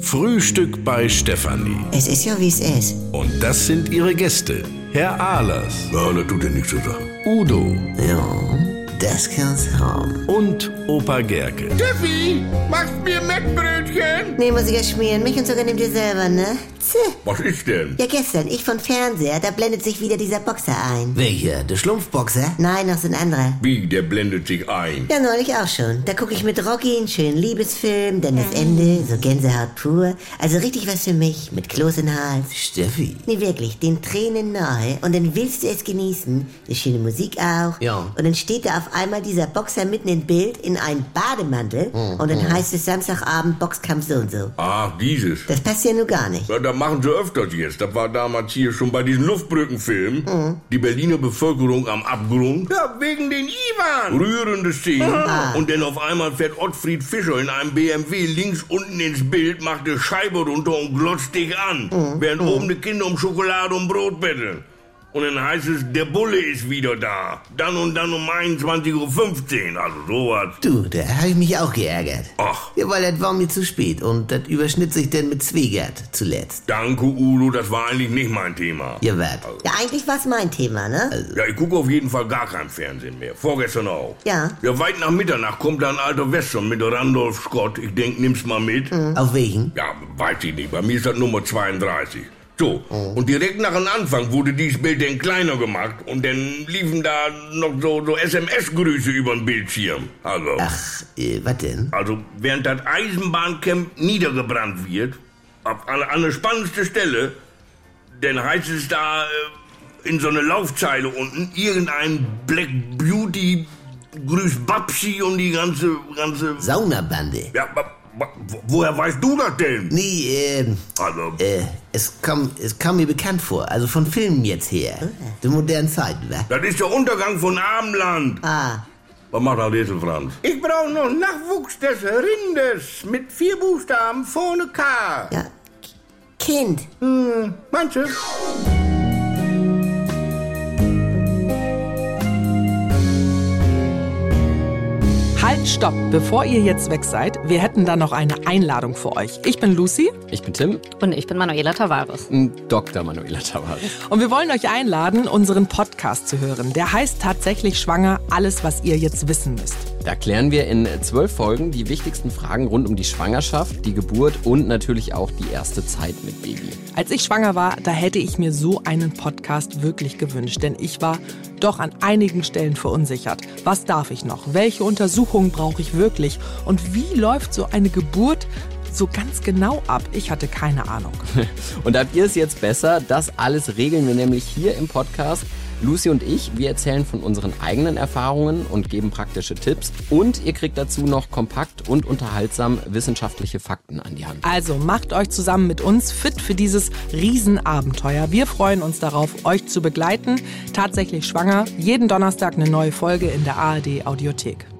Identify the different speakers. Speaker 1: Frühstück bei Stefanie.
Speaker 2: Es ist ja, wie es ist.
Speaker 1: Und das sind ihre Gäste. Herr Ahlers,
Speaker 3: Ja, das tut ja nichts zur Sache.
Speaker 1: Udo
Speaker 2: Ja, das kann's haben.
Speaker 1: und Opa Gerke.
Speaker 4: Steffi, machst mir Mettbrötchen?
Speaker 2: Nee, muss ich ja schmieren. Mich und sogar nehmt ihr selber, ne? Zäh.
Speaker 3: Was ist denn?
Speaker 2: Ja, gestern, ich von Fernseher, da blendet sich wieder dieser Boxer ein.
Speaker 5: Welcher? Der Schlumpfboxer?
Speaker 2: Nein, noch so ein anderer.
Speaker 3: Wie, der blendet sich ein.
Speaker 2: Ja, neulich auch schon. Da gucke ich mit Rocky einen schönen Liebesfilm, dann das Ende, so Gänsehaut pur. Also richtig was für mich, mit Kloß in den Hals.
Speaker 5: Steffi.
Speaker 2: Nee, wirklich, den Tränen nahe. Und dann willst du es genießen. Die schöne Musik auch.
Speaker 5: Ja.
Speaker 2: Und dann steht da auf einmal dieser Boxer mitten im Bild in einem Bademantel.
Speaker 5: Hm,
Speaker 2: Und dann heißt es Samstagabend Boxkampf so und so.
Speaker 3: Ach, Ah, dieses.
Speaker 2: Das passt ja nur gar nicht.
Speaker 3: Ja, das machen sie öfters jetzt. Das war damals hier schon bei diesen Luftbrückenfilmen. Die Berliner Bevölkerung am Abgrund.
Speaker 4: Ja, wegen den Ivan.
Speaker 3: Rührende Szenen. Und dann auf einmal fährt Ottfried Fischer in einem BMW links unten ins Bild, macht eine Scheibe runter und glotzt dich an. Während oben die Kinder um Schokolade und Brot betteln. Und dann heißt es, der Bulle ist wieder da. Dann und dann um 21.15 Uhr. Also sowas.
Speaker 5: Du, da habe ich mich auch geärgert.
Speaker 3: Ach.
Speaker 5: Ja, weil das war mir zu spät und das überschnitt sich denn mit Zwiegert zuletzt.
Speaker 3: Danke, Udo, das war eigentlich nicht mein Thema.
Speaker 5: Ja, wat?
Speaker 2: Ja, eigentlich war es mein Thema, ne?
Speaker 5: Also-
Speaker 3: Ja, ich gucke auf jeden Fall gar kein Fernsehen mehr. Vorgestern auch.
Speaker 2: Ja.
Speaker 3: Ja, weit nach Mitternacht kommt da ein alter Western mit Randolph Scott. Ich denk, nimm's mal mit.
Speaker 5: Auf welchen?
Speaker 3: Ja, weiß ich nicht. Bei mir ist das Nummer 32. So, und direkt nach dem Anfang wurde dieses Bild dann kleiner gemacht und dann liefen da noch so, so SMS-Grüße über den Bildschirm. Also,
Speaker 5: Ach, äh, was denn?
Speaker 3: also während das Eisenbahncamp niedergebrannt wird, ab- an, an eine spannendste Stelle, dann heißt es da äh, in so eine Laufzeile unten, irgendein Black Beauty grüßt Babsi und die ganze, ganze...
Speaker 5: Saunabande.
Speaker 3: Ja, wa- wa- wo- woher weißt du das denn?
Speaker 5: Nee, ähm,
Speaker 3: Also,
Speaker 5: äh, es kam, es kam mir bekannt vor. Also von Filmen jetzt her. Der modernen Zeiten, wa?
Speaker 3: das ist der Untergang von Abendland.
Speaker 2: Ah,
Speaker 3: Was macht der Esel, Franz?
Speaker 4: Ich brauche noch Nachwuchs des Rindes mit vier Buchstaben vorne K.
Speaker 2: ja. K- Kind.
Speaker 4: Manche.
Speaker 6: Halt, stopp! Bevor ihr jetzt weg seid, wir hätten da noch eine Einladung für euch. Ich bin Lucy
Speaker 7: Ich bin Tim,
Speaker 8: Und ich bin Manuela Tavares.
Speaker 7: ein Dr. Manuela Tavares.
Speaker 6: und wir wollen euch einladen, unseren Podcast zu hören. Der heißt tatsächlich Schwanger, alles, was ihr jetzt wissen müsst.
Speaker 7: Da klären wir in zwölf Folgen die wichtigsten Fragen rund um die Schwangerschaft, die Geburt und natürlich auch die erste Zeit mit Baby.
Speaker 6: Als ich schwanger war, da hätte ich mir so einen Podcast wirklich gewünscht, denn ich war doch an einigen Stellen verunsichert. Was darf ich noch? Welche Untersuchungen brauche ich wirklich? Und wie läuft so eine Geburt so ganz genau ab? Ich hatte keine Ahnung.
Speaker 7: Und habt ihr es jetzt besser? Das alles regeln wir nämlich hier im Podcast. Lucy und ich, wir erzählen von unseren eigenen Erfahrungen und geben praktische Tipps. Und ihr kriegt dazu noch kompakt und unterhaltsam wissenschaftliche Fakten an die Hand.
Speaker 6: Also macht euch zusammen mit uns fit für dieses Riesenabenteuer. Wir freuen uns darauf, euch zu begleiten. Tatsächlich schwanger. Jeden Donnerstag eine neue Folge in der ARD Audiothek.